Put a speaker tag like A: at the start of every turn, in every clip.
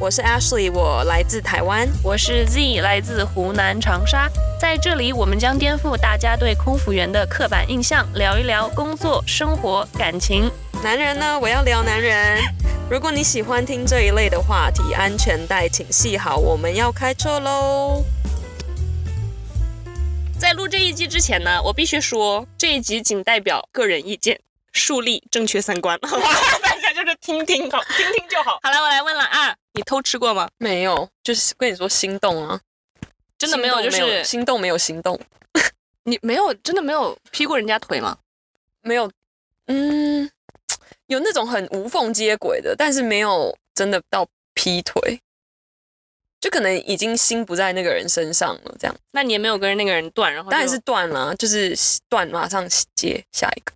A: 我是 Ashley，我来自台湾。
B: 我是 Z，来自湖南长沙。在这里，我们将颠覆大家对空服员的刻板印象，聊一聊工作、生活、感情。
A: 男人呢？我要聊男 人。如果你喜欢听这一类的话题，安全带请系好，我们要开车喽。
B: 在录这一集之前呢，我必须说，这一集仅代表个人意见，树立正确三观。 大家就是听听好，听听就好。好了，我来问了啊，你偷吃过吗？
A: 没有，就是跟你说心动啊，
B: 真的没有，就是
A: 心动没有心动，
B: 你没有真的没有劈过人家腿吗？
A: 没有，嗯，有那种很无缝接轨的，但是没有真的到劈腿，就可能已经心不在那个人身上了，这样
B: 那你也没有跟那个人断，然后
A: 当然
B: 就是
A: 断了啊，就是断马上接下一个。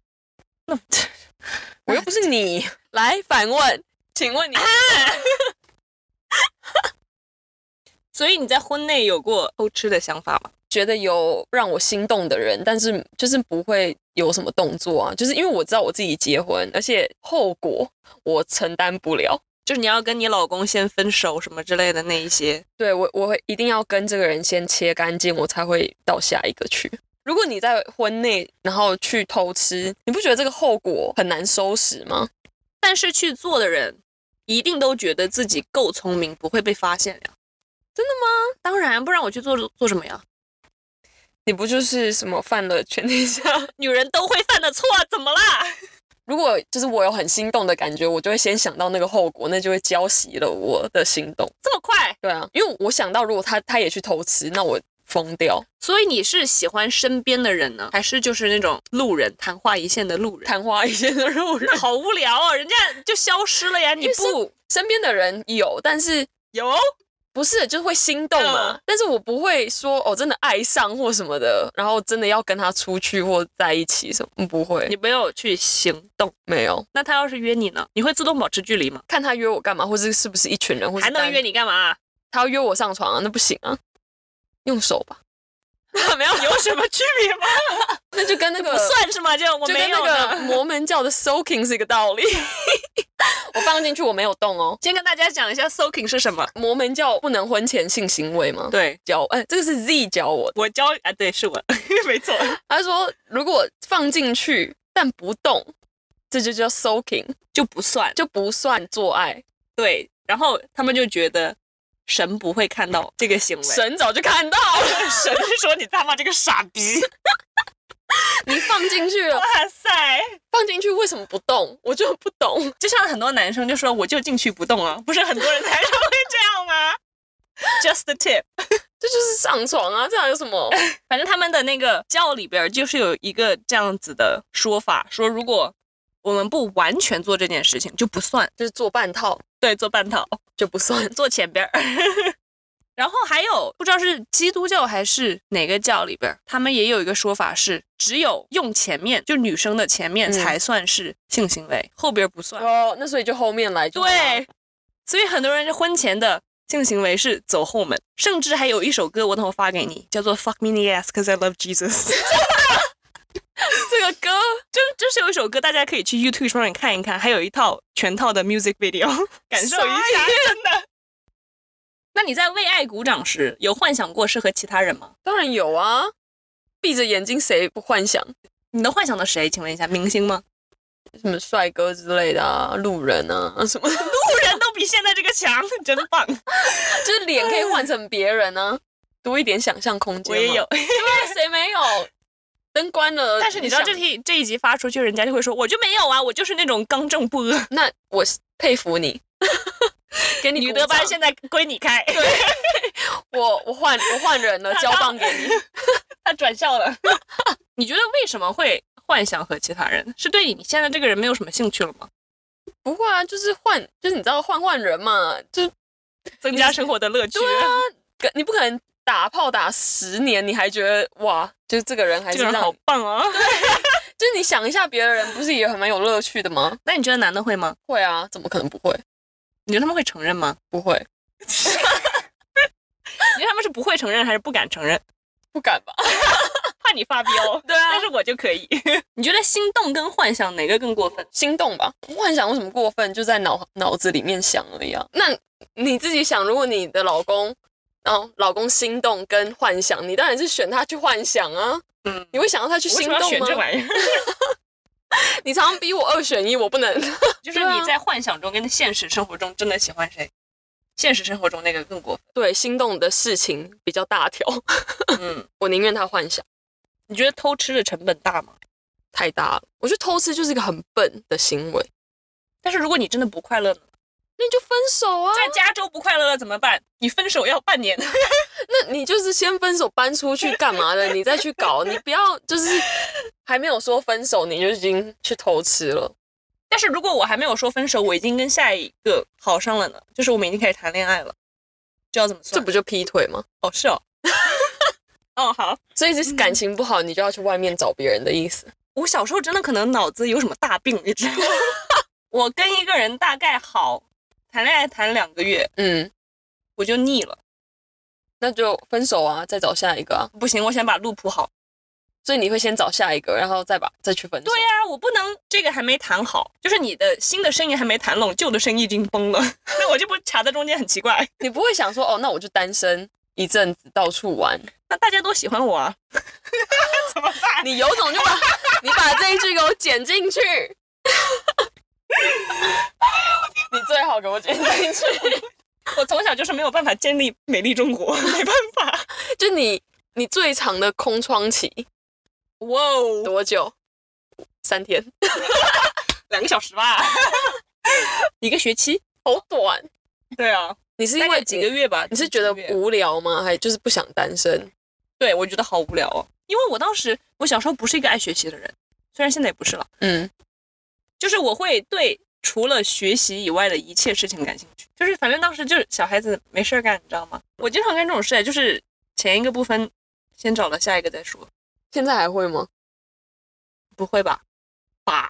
A: 我又不是你， 来反问，请问你
B: 所以你在婚内有过偷吃的想法吗？
A: 觉得有让我心动的人，但是就是不会有什么动作啊，就是因为我知道我自己结婚，而且后果我承担不了。
B: 就是你要跟你老公先分手什么之类的那一些，
A: 对我，我会一定要跟这个人先切干净，我才会到下一个去。如果你在婚内，然后去偷吃，你不觉得这个后果很难收拾吗？
B: 但是去做的人一定都觉得自己够聪明，不会被发现呀。
A: 真
B: 的吗？当然，不然我去做做什么呀？
A: 你不就是什么犯了全天下？
B: 女人都会犯的错，怎么啦？
A: 如果就是我有很心动的感觉，我就会先想到那个后果，那就会浇熄了我的心动。
B: 这么快？
A: 对啊，因为我想到如果他他也去偷吃，那我疯掉，
B: 所以你是喜欢身边的人呢，还是就是那种路人昙花一现的路人？
A: 昙花一现的路人。
B: 好无聊哦，人家就消失了呀！你
A: 为是
B: 不
A: 身边的人有，但是
B: 有
A: 不是就是会心动嘛？
B: 嗯
A: 但是我不会说哦，真的爱上或什么的，然后真的要跟他出去或在一起什么，嗯不会
B: 你，没有去行动？
A: 没有。
B: 那他要是约你呢？你会自动保持距离吗？
A: 看他约我干嘛，或者是不是一群人，或者
B: 还能啊约
A: 你？
B: 你干嘛、
A: 他要约我上床啊，那不行啊，用手吧，
B: 没有，有什么区别吗？
A: 那就跟那个
B: 不 算是吗？就我
A: 就
B: 没
A: 跟那
B: 有
A: 个
B: 呢。
A: 摩门教的 soaking 是一个道 理。我放进去我没有动哦。
B: 先跟大家讲一下 soaking 是什么。
A: 摩门教不能婚前性行为吗？
B: 对
A: 教哎，这个是 Z 教我的。
B: 我教啊，对，是我， 没错。
A: 他说如果放进去但不动，这就叫 soaking，
B: 就不算
A: 就不算做爱。
B: 对。然后他们就觉得神不会看到这个行为，
A: 神早就看到 了，
B: 神是说你他妈这个傻 逼！
A: 你放进去了，
B: 哇塞，
A: 放进去为什么不动？我就不懂。
B: 就像很多男生就说我就进去不动啊，不是很多人才 说会这样吗？Just the tip。
A: 这就是上床啊，这样有什么？
B: 反正他们的那个教里边儿就是有一个这样子的说法，说如果我们不完全做这件事情就不算，
A: 就是做半套
B: 对，做半套，
A: 就不算。
B: 做前边儿。 然后还有不知道是基督教还是哪个教里边儿，他们也有一个说法是，只有用前面，就女生的前面
A: 嗯
B: 才算是性行为，后边儿不算。
A: 哦，那所以就后面来就好啊了
B: 对，所以很多人婚前的性行为是走后门，甚至还有一首歌，我等会发给你，叫做《Fuck Me in the Ass Cause I Love Jesus》。
A: 这个歌
B: 真就是有一首歌，大家可以去 YouTube 上面看一看，还有一套全套的 music video，感 受一下
A: 傻。
B: 真的。那你在为爱鼓掌时，有幻想过是和其他人吗？
A: 当然有啊，闭着眼睛谁不幻想
B: 你能幻想到谁？请问一下，明星 吗？
A: 什么帅哥之类的啊，路人啊什么，
B: 路人都比现在这个强，真棒！
A: 就是脸可以换成别人啊，多一点想象空间。
B: 我也有，，
A: 对，谁没有？灯关了，
B: 但是你知道
A: 想
B: 这题这一集发出去，人家就会说，我就没有啊，我就是那种刚正不 阿，
A: 那我佩服你，给你
B: 女
A: 鼓
B: 德班
A: 掌
B: 现在归你开，
A: 我我换我换人了，交棒给你。
B: 他转校了。 你觉得为什么会幻想和其他人？是对你现在这个人没有什么兴趣了吗？
A: 不会啊，就是换，就是你知道换换人嘛，就是
B: 增加生活的乐趣。
A: 对啊，跟你不可能打炮打十年，你还觉得哇，就是这个人还是
B: 这个人
A: 让
B: 好棒啊！
A: 就就是你想一下别的人，不是也很蛮有乐趣的吗？
B: 那你觉得男的会吗？
A: 会啊，怎么可能不会？
B: 你觉得他们会承认吗？
A: 不会，
B: 你觉得他们是不会承认还是不敢承认？
A: 不敢吧？
B: 怕你 发飙。
A: 对啊
B: 但是我就可以。 你觉得心动跟幻想哪个更过分？
A: 心动吧？幻想为什么过分？就在脑脑子里面想而已啊。那你自己想，如果你的老公，哦，老公心动跟幻想，你当然是选他去幻想啊。
B: 嗯，
A: 你会想要他去
B: 为
A: 心
B: 什么要
A: 动
B: 选这
A: 吗？
B: 玩意儿？
A: 你常常逼我二选一，我不能。
B: 就是
A: 对啊
B: 你在幻想中跟现实生活中真的喜欢谁？现实生活中那个更过
A: 对，心动的事情比较大条，
B: 分。嗯，
A: 我宁愿他幻想
B: 你觉得偷吃的成本大吗？
A: 太大了。我觉得偷吃就是一个很笨的行为，
B: 但是如果你真的不快乐呢？
A: 那你就分手啊。
B: 在加州不快乐了怎么办？你分手要半年。
A: 那你就是先分手搬出去干嘛 的？你再去搞，你不要就是还没有说分手，你就已经去偷吃了。
B: 但是如果我还没有说分手，我已经跟下一个好上了呢，就是我们已经开始谈恋爱了，这要怎么
A: 这
B: 算？
A: 不就劈腿吗？
B: 哦是哦，哦好，
A: 所以是感情不好，你就要去外面找别人的意思。
B: 我小时候真的可能脑子有什么大病，你知 道吗？我跟一个人大概好谈恋爱谈两个月，
A: 嗯，
B: 我就腻了，
A: 那就分手啊，再找下一个啊。
B: 不行，我想把路铺好。
A: 所以你会先找下一个，然后再把再去分手。
B: 对呀、我不能这个还没谈好，就是你的新的生意还没谈拢，旧的生意已经崩了， 那我这不卡在中间很奇怪。
A: 你不会想说哦，那我就单身一阵子到处 玩。
B: 那大家都喜欢我啊，怎么办？
A: 你有种就把你把这一句给我剪进去。你最好给我剪进去。
B: 我从小就是没有办法建立美丽中国，没办法。
A: 就你你最长的空窗期
B: 哇哦，
A: 多久？三天，
B: 两个小时吧， 一个学期。
A: 好短。
B: 对啊，
A: 你是
B: 大
A: 因
B: 概
A: 为
B: 几个
A: 你？
B: 月吧。
A: 你是觉得
B: 几个月
A: 无聊吗？还就是不想单身？
B: 对我觉得好无聊哦，因为我当时我小时候不是一个爱学习的人，虽然现在也不是了，
A: 嗯，
B: 就是我会对除了学习以外的一切事情感兴趣。就是反正当时就是小孩子没事儿干，你知道吗？我经常干这种事，就是前一个部分先找了下一个再说，
A: 现在还会吗？
B: 不会吧？ 吧，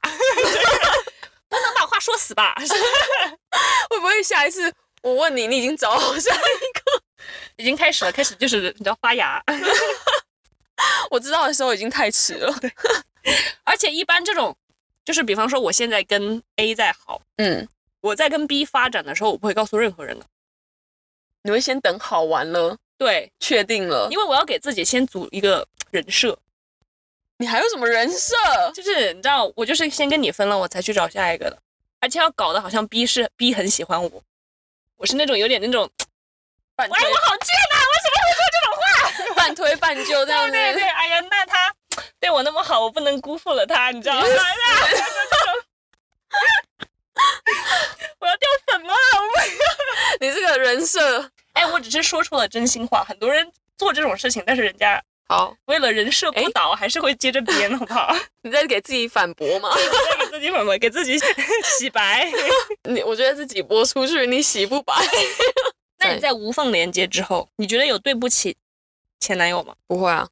B: 不能把话说死吧？
A: 会不会下一次我问你，你已经找好下一个？
B: 已经开始了，开始就是你知道发芽，
A: 我知道的时候已经太迟了。
B: 而且一般这种就是比方说我现在跟 A 在好，
A: 嗯，
B: 我在跟 B 发展的时候，我不会告诉任何人的。
A: 你会先等好玩了，
B: 对，
A: 确定了。
B: 因为我要给自己先组一个人设，
A: 你还有什么人设？
B: 就是你知道，我就是先跟你分了，我才去找下一个的，而且要搞得好像 B 是 B 很喜欢我，我是那种有点那种，
A: 半
B: 哎，我好贱
A: 啊
B: 呐、
A: 半推半就这
B: 对
A: 样
B: 不对
A: 子。
B: 对，哎呀，那他对我那么好，我不能辜负了他，你知道吗？
A: 你去死
B: 哎呀 我要掉粉了！我不
A: 你这个人设
B: 哎，我只是说出了真心话。很多人做这种事情，但是人家
A: 好，
B: 为了人设不倒，还是会接着编，好不好？
A: 你在给自己反驳 吗？
B: 再给自己粉粉，给自己洗白。
A: 你我觉得自己播出去，你洗不 白。
B: 那你在无缝连接之后，你觉得有对不起前男友吗？
A: 不会啊，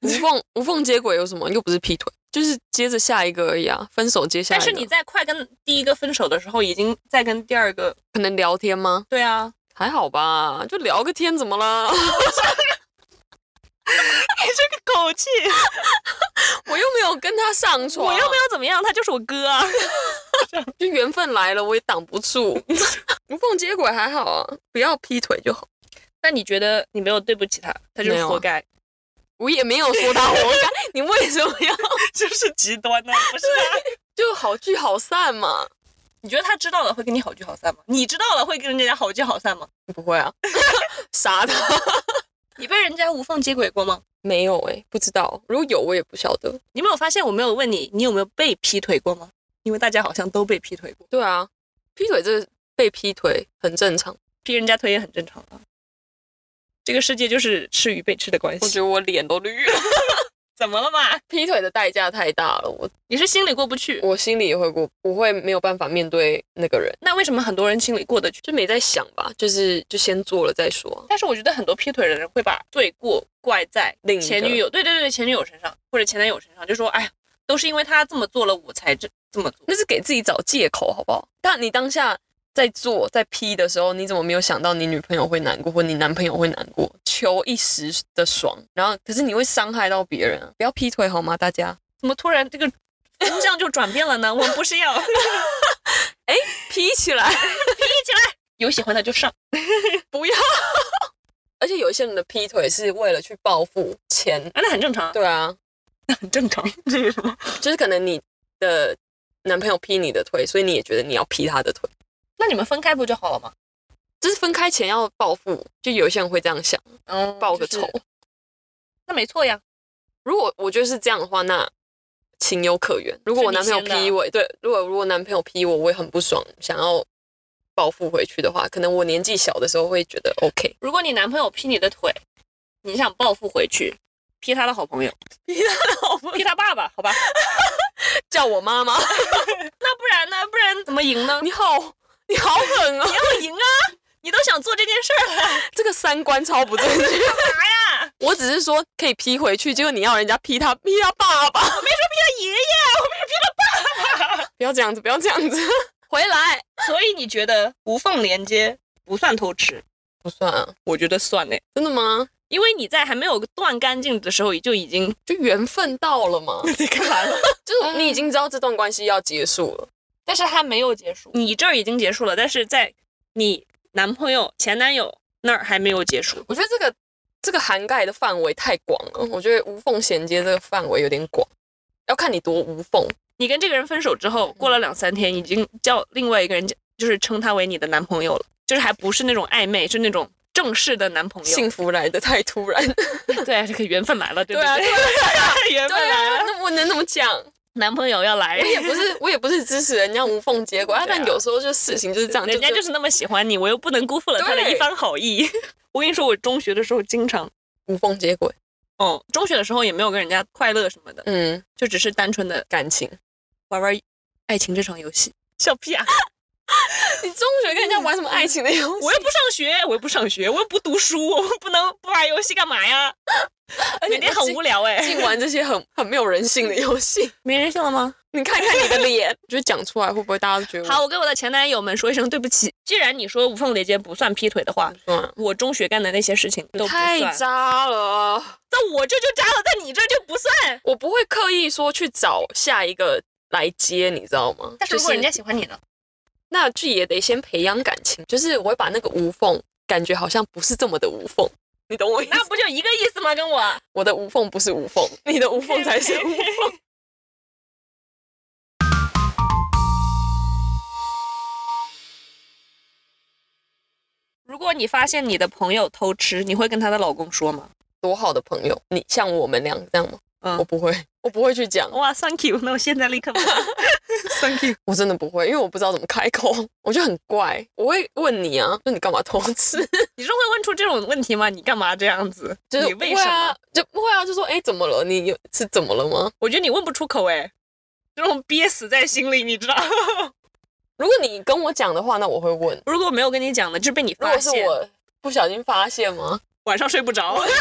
A: 无缝无缝接轨有什么？又不是劈腿，就是接着下一个而已啊。分手接下一
B: 但
A: 个，
B: 是你在快跟第一个分手的时候，已经在跟第二个，
A: 可能聊天吗？
B: 对 啊，
A: 还好吧，就聊个天，怎么了？
B: 这个口气，
A: 我又没有跟他上床，
B: 我又没有怎么样，他就是我哥啊。
A: 就缘分来了，我也挡不 住。无缝接轨还好啊，不要劈腿就好。
B: 那你觉得你没有对不起他，他就
A: 没
B: 是
A: 有啊
B: 活该，
A: 我也没有说 他活该，你为什么要？
B: 就是极端呢、不是、啊？
A: 就好聚好散嘛。
B: 你觉得他知道了会跟你好聚好散吗？你知道了会跟人家好聚好散吗？
A: 不会啊， 傻的。
B: 你被人家无缝接轨过吗？
A: 没有哎、不知道。如果有，我也不晓得。
B: 你没有发现我没有问你，你有没有被劈腿过吗？因为大家好像都被劈腿过，
A: 对啊，劈腿这被劈腿很正常。
B: 劈人家腿也很正常啊。这个世界就是吃与被吃的关
A: 我
B: 系。
A: 觉得我脸都绿了。
B: 怎么了嘛？
A: 劈腿的代价太大了，我
B: 你是心里过不去，
A: 我心里也会过，我会没有办法面对那个人，
B: 那为什么很多人心里过得去？
A: 就没在想吧，就是就先做了再说啊。
B: 但是我觉得很多劈腿的人会把罪过怪在
A: 另一个
B: 前女友，对对对，前女友身上或者前男友身上，就说哎呀，都是因为他这么做了，我才这这么做。
A: 那是给自己找借口，好不好？但你当下在做在批的时候，你怎么没有想到你女朋友会难过，或你男朋友会难过？求一时的爽，然后可是你会伤害到别人啊！不要劈腿好吗，大家？
B: 怎么突然这个风向就转变了 呢？我们不是要拼
A: 劈起来，
B: 起来，有喜欢的就上。
A: 不要！ 而且有一些人的劈腿是为了去报复钱，
B: 啊，那很正常啊，
A: 对啊，
B: 很正常。这有什么？
A: 就是可能你的男朋友劈你的腿，所以你也觉得你要劈他的腿，
B: 那你们分开不就好了吗？
A: 就是分开前要报复，就有一些人会这样想，
B: 嗯，
A: 报个
B: 就
A: 仇。
B: 是那没错呀。
A: 如果我觉得是这样的话，那情有可原。如果我男朋友
B: 是你
A: 劈
B: 先的啊
A: 我，对，如果如果男朋友劈我，我也很不爽，想要报复回去的话，可能我年纪小的时候会觉得 OK，
B: 如果你男朋友劈你的腿，你想报复回去，劈他的好朋友，劈他爸爸，好 吧？
A: 叫我妈妈，
B: 那不然呢？不然怎么赢呢？
A: 你好，你好狠哦，
B: 要赢啊！你都想做这件事儿了，
A: 这个三观超不正确。
B: 啥呀？
A: 我只是说可以劈回去，结果你要人家劈他，劈他爸爸，
B: 要爷啊爷。啊
A: 不要这样子，不要这样子， 回来
B: 所以你觉得无缝连接不算偷吃？
A: 不算啊，
B: 我觉得算嘞，
A: 真的吗？
B: 因为你在还没有断干净的时候，就已 经
A: 就缘分到了嘛，
B: 在干嘛了？
A: 就是你已经知道这段关系要结束了，
B: 嗯但是还没有结束，你这儿已经结束了，但是在你男朋友、前男友那儿还没有结束。
A: 我觉得这个这个涵盖的范围太广了，我觉得无缝衔接这个范围有点广，要看你多无缝。
B: 你跟这个人分手之后，过了两三天，已经叫另外一个人叫，就是称他为你的男朋友了，就是还不是那种暧昧，是那种正式的男朋友。
A: 幸福来的太突然，
B: 对，这个 缘分来了，对不
A: 对啊
B: 对？ 缘
A: 对
B: 分来
A: 啊，
B: 了，
A: 那我能怎么 讲？
B: 男朋友要来
A: 我。也不是，我也不是支持人家无缝接轨，啊、
B: 对啊
A: 但有时候就事情就是这样，
B: 人家就是是那么喜欢你，我又不能辜负了他的
A: 对
B: 一番好意。 我跟你说，我中学的时候经常，
A: 无缝接轨。
B: 哦，中学的时候也没有跟人家快乐什么的，
A: 嗯，
B: 就只是单纯的
A: 感情，
B: 玩玩爱情这场游戏。笑屁啊！
A: 你中学跟人家玩什么爱情的游戏？
B: 我又不上学，我又不上学，我又不读书，我不能不玩游戏干嘛呀？
A: 而且
B: 每
A: 你
B: 天很无聊哎、
A: 净玩这些很很没有人性的游戏。
B: 没人性了吗？
A: 你看看你的 脸，我觉得讲出来会不会大家都觉得我
B: 好，我跟我的前男友们说一声对不起。既然你说无缝连接不算劈腿的话，
A: 嗯
B: 我中学干的那些事情都不
A: 太
B: 算，
A: 渣了？
B: 在我这就渣了，在你这就不算。
A: 我不会刻意说去找下一个来接，你知道吗？
B: 但是如果人家喜欢你呢？
A: 那就也得先培养感情，就是我会把那个无缝感觉好像不是这么的无缝，你懂我意思？
B: 那不就一个意思吗？跟我。
A: 我的无缝不是无缝，你的无缝才是无 缝。
B: 如果你发现你的朋友偷吃，你会跟她的老公说吗？
A: 多好的朋友，你像我们俩这样吗？
B: 嗯
A: 我不会，我不会去讲，
B: 哇，thank you，那我现在立刻买。thank you，
A: 我真的不会，因为我不知道怎么开口，我就很怪。我会问你啊，就你干嘛偷吃？
B: 你是会问出这种问题吗？你干嘛这样子？
A: 就是
B: 你为
A: 不会
B: 什么？
A: 啊，就不会啊，就说哎、怎么了？你有是怎么了吗？
B: 我觉得你问不出口哎，这种憋死在心里，你知道。
A: 如果你跟我讲的话，那我会问。
B: 如果没有跟你讲的，就是被你
A: 如
B: 发
A: 果是
B: 现，
A: 我不小心发现吗？
B: 晚上睡不着。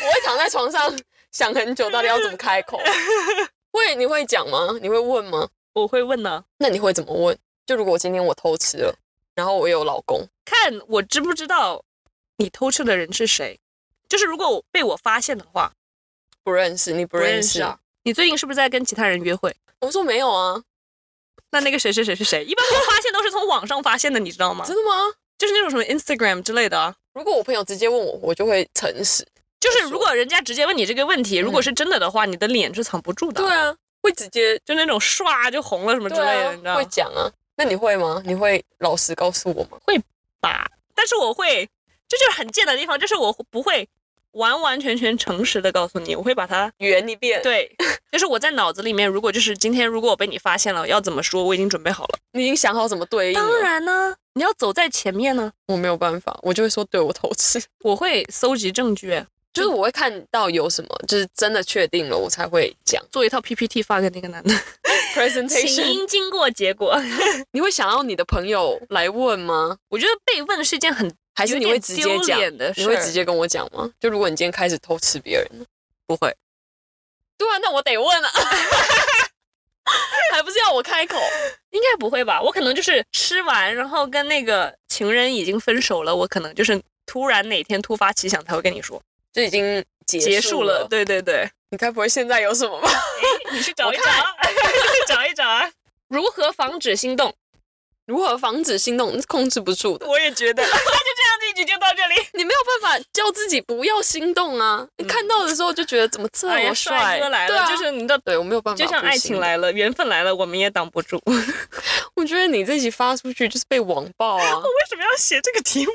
A: 我会躺在床上想很久，到底要怎么开 口？会，你会讲吗？你会问吗？
B: 我会问呢，
A: 那你会怎么问？就如果今天我偷吃了，然后我有老公，
B: 看我知不知道你偷吃的人是谁。就是如果我被我发现的话，
A: 不认识你不
B: 不
A: 认
B: 认
A: 识
B: 识啊。你最近是不是在跟其他人约会？
A: 我说没有啊，
B: 那那个谁谁谁是谁？一般我发现都是从网上发现的，你知道吗？
A: 真的吗？
B: 就是那种什么 Instagram 之类的啊。
A: 如果我朋友直接问我，我就会诚实。
B: 就是如果人家直接问你这个问题，如果是真的的话，你的脸是藏不住的，
A: 对，啊，会直接
B: 就那种唰就红了什么之
A: 对
B: 类的，你知
A: 啊，
B: 道
A: 会
B: 吗
A: 讲啊。那你会吗？你会老实告诉我吗？
B: 吧？但是我会，这就是很贱的地方，就是我不会完完全全诚实的告诉你，我会把它
A: 圆一遍，
B: 对，就是我在脑子里面，如果就是今天如果我被你发现了，要怎么说，我已经准备好了。
A: 你已经想好怎么对应了。
B: 当，然呢，你要走在前面呢，
A: 我没有办法，我就会说对我偷吃。
B: 我会搜集证据，
A: 就是我会看到有什么，就是真的确定了，我才会 讲
B: 做一套 PPT 发给那个男 的，
A: presentation。
B: 经过结果。
A: 你会想要你的朋友来问吗？
B: 我觉得被问是一件很
A: 还是你会直接
B: 有点丢
A: 讲
B: 脸的事
A: 你
B: 儿，
A: 会直接跟我讲吗？就如果你今天开始偷吃别人，
B: 不会。
A: 对啊，那我得问啊， 还不是要我开口？
B: 应该不会吧？我可能就是吃完，然后跟那个情人已经分手了，我可能就是突然哪天突发奇想才会跟你说
A: 就已经结
B: 结
A: 束
B: 束了。对对对，
A: 你该不会现在有什么吧？
B: 你去找
A: 一
B: 一
A: 找
B: 找
A: 啊
B: 啊，找一找啊。 如何防止心动？
A: 如何防止心动？控制不住的，
B: 我也觉得， 那就这样，这一局就到这里。
A: 你没有办法叫自己不要心动啊！你看到的时候就觉得怎么这
B: 哎呀，
A: 么
B: 帅哥来
A: 对
B: 了，
A: 啊，
B: 就是你的，
A: 对我没有办法，
B: 就像爱情。来了，缘分来了，我们也挡不住。 为
A: 我觉得你这集发出去就是被网暴啊！
B: 什么要写这个题目？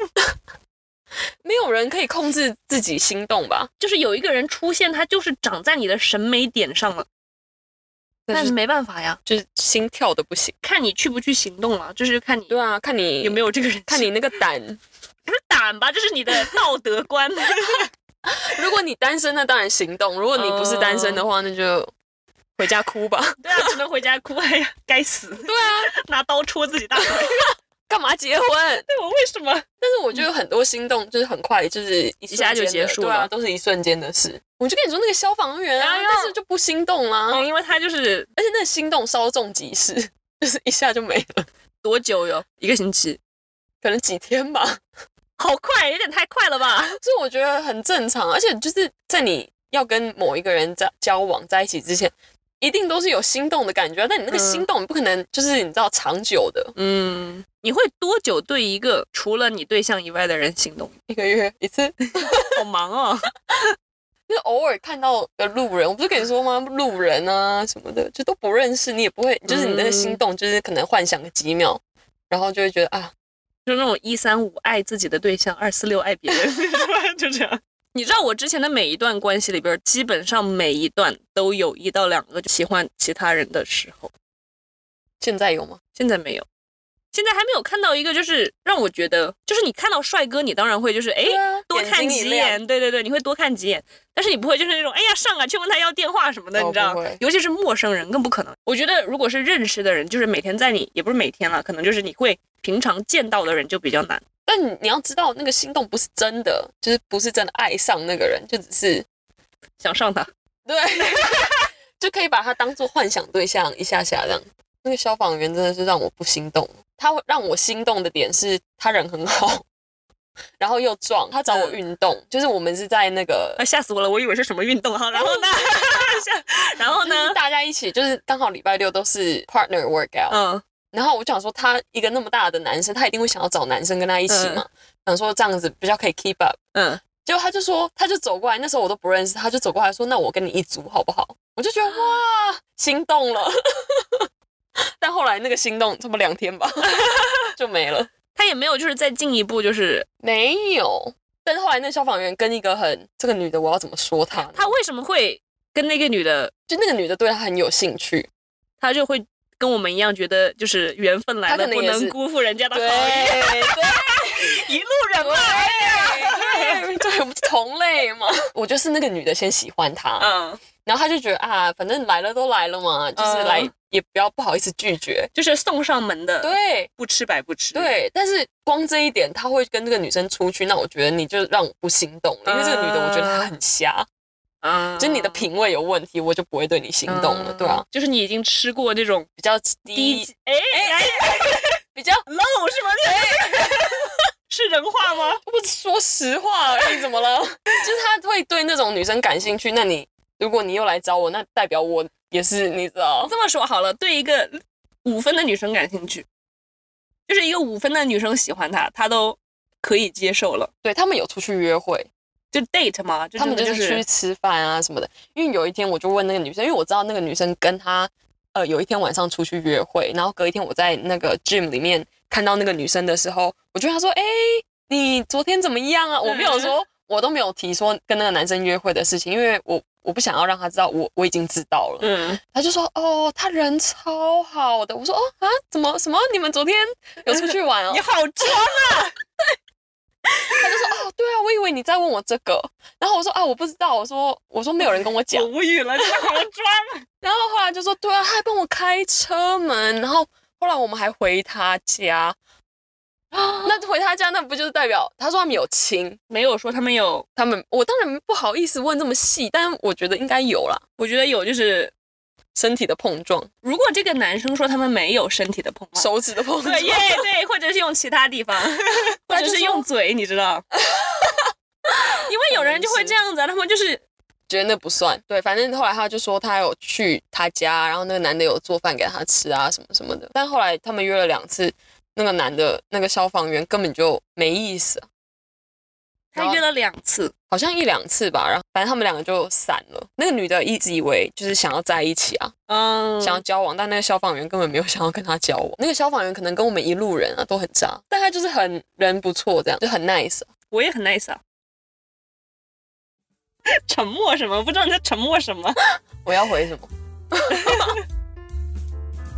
A: 没有人可以控制自己心动吧？
B: 就是有一个人出现，他就是长在你的审美点上了，
A: 但
B: 但
A: 是
B: 没办法呀，
A: 就是心跳的不行。
B: 看你去不去行动了，就是看你
A: 对啊，看你
B: 有没有这个人性，
A: 看你那个 胆。
B: 不是胆吧，这是你 的道德观。
A: 如果你单身，那当然行动；如果你不是单身
B: 呃
A: 的话，那就回家哭 吧。
B: 对啊，只能回家哭。哎呀，该死！
A: 对啊，
B: 拿刀戳自己 大腿。
A: 干嘛结婚？
B: 对我为什么？
A: 但是我觉得很多心动就是很快，就是一瞬间的
B: 一下就结束了
A: 对啊，都是一瞬间的事。我就跟你说那个消防员啊，
B: 哎呦
A: 但是就不心动啦、
B: 哦，因为他就是
A: 而且那个心动稍纵即逝， 就是一下就没了，
B: 多久哟？一个星期，
A: 可能几天吧。
B: 好快，有点太快了吧？
A: 所以我觉得很正常，啊而且就是在你要跟某一个人在交往在一起之前，一定都是有心动的感觉啊。但你那个
B: 嗯
A: 心动，你不可能就是你知道长久的，
B: 嗯，你会多久对一个除了你对象以外的人行动？
A: 一个月一次，
B: 好忙哦。
A: 就是偶尔看到个路人，我不是跟你说吗？路人啊什么的，就都不认识，你也不会，就是你那个心动，就是可能幻想个几秒，然后就会觉得啊，
B: 就那种一三五爱自己的对象，二四六爱 别人，就这样。你知道我之前的每一段关系里边，基本上每一段都有一到两个喜欢其他人的时候，
A: 现在有吗？
B: 现在没有，现在还没有看到一个就是让我觉得，就是你看到帅哥，你当然会就是哎、
A: 对啊
B: 多看
A: 眼睛一
B: 几
A: 亮
B: 眼，对对对，你会多看几眼，但是你不会就是那种哎呀上啊去问他要电话什么的，
A: 哦
B: 你知道
A: 不会，
B: 尤其是陌生人更不可能。我觉得如果是认识的人，就是每天在你也不是每天了，可能就是你会平常见到的人就比较难。
A: 但你你要知道，那个心动不是真的，就是不是真的爱上那个人，就只是
B: 想上他，
A: 对， 就可以把他当做幻想对象一下下这样。那个消防员真的是让我不心动，他会让我心动的点是他人很好， 然后又壮，他找我运动，就是我们是在那个
B: 啊，吓死我了！我以为是什么运动哈，然后呢，吓然后
A: 就是
B: 呢，
A: 大家一起，就是刚好礼拜六都是 partner workout，、
B: 嗯，
A: 然后我就想说他一个那么大的男生，他一定会想要找男生跟他一起嘛，想说这样子比较可以 keep up。
B: 嗯，
A: 结果他就说，他就走过来，那时候我都不认识，他就走过来说：“那我跟你一组好不好？”我就觉 得哇，心动了。 但后来那个心动，差不多两天吧， 就没了。
B: 他也没有就是再进一步，就是
A: 没有。但是后来那消防员跟一个很这个女的，我要怎么说她呢？
B: 他为什么会跟那个女的，
A: 就那个女的对他很有兴趣，
B: 他就会跟我们一样觉得就是缘分来
A: 他可
B: 了，
A: 能
B: 不
A: 也
B: 能
A: 是
B: 辜负人家的
A: 对
B: 好意，
A: 对
B: 一路人嘛，
A: 对对，我们同类嘛。我就是那个女的先喜欢他，
B: 嗯，
A: 然后他就觉得啊，反正来了都来了嘛，就是
B: 嗯
A: 来、也不要不好意思拒绝。
B: 就是送上门的，，
A: 对
B: 不吃白不吃，，
A: 对，但是光这一点，他会跟这个女生出去，那我觉得你就让我不心动了，因为这个女的我觉得她很瞎，
B: 嗯，
A: 就是你的品味有问题，我就不会对你心动了，
B: 嗯
A: 对啊，，
B: 就是你已经吃过那种
A: 比较
B: 低
A: 低，，
B: 哎哎
A: 比较
B: ，low 是吗？
A: 哎
B: 是人话吗？
A: 我说实话而已，怎么 了？就是他会对那种女生感兴趣，那你如果你又来找我，那代表我也是你知道，
B: 哦这么说好了，对一个五分的女生感兴趣，就是一个五分的女生喜欢他，他都可以接受了，
A: 对他们有出去约会，
B: 就 date 嘛，就
A: 他们
B: 真
A: 就
B: 的
A: 是出去
B: 是
A: 吃饭啊什么的。因为有一天我就问那个女生，因为我知道那个女生跟她呃有一天晚上出去约会，然后隔一天我在那个 gym 里面看到那个女生的时候，我就跟她说：“哎、你昨天怎么样啊？”我没有说，我都没有提说跟那个男生约会的事情，因为我我不想要让她知道我我已经知道了。
B: 嗯，
A: 她就说：“哦，他人超好的。”我说：“哦啊，怎么什么？你们昨天有出去玩哦？”
B: 你好装啊，
A: 他就说：“哦，对啊，我以为你在问我这个。”然后我说：“啊，我不知道。”我说：“我说没有人跟我讲
B: 我。无语了，你好装，”
A: 然后后来就说：“对啊，他还帮我开车门。”然后后来我们还回他家，那回他家，那不就是代表他说他们有亲？
B: 没有说他们有，
A: 他们我当然不好意思问这么细，但我觉得应该有啦，
B: 我觉得有就是，
A: 身体的碰撞，
B: 如果这个男生说他们没有身体的碰撞，
A: 手指的碰撞
B: 对，耶对，或者是用其他地 方，或者是用嘴，你知道？因为有人就会这样子啊，他们就是
A: 觉得那不算。对，反正后来他就说他有去他家，然后那个男的有做饭给他吃啊，什么什么的。但后来他们约了两次，那个男的那个消防员根本就没意思啊、然
B: 他
A: 后
B: 约了两次，
A: 好像一两次吧。然后反正他们两个就散了。那个女的一直以为就是想要在一起啊，
B: 嗯，
A: 想要交往，但那个消防员根本没有想要跟他交往。那个消防员可能跟我们一路人啊都很渣，但他就是很人不错，这样就很 nice 啊。
B: 我也很 nice 啊。 沉默什么？不知道你在沉默什么。
A: 我要回什么？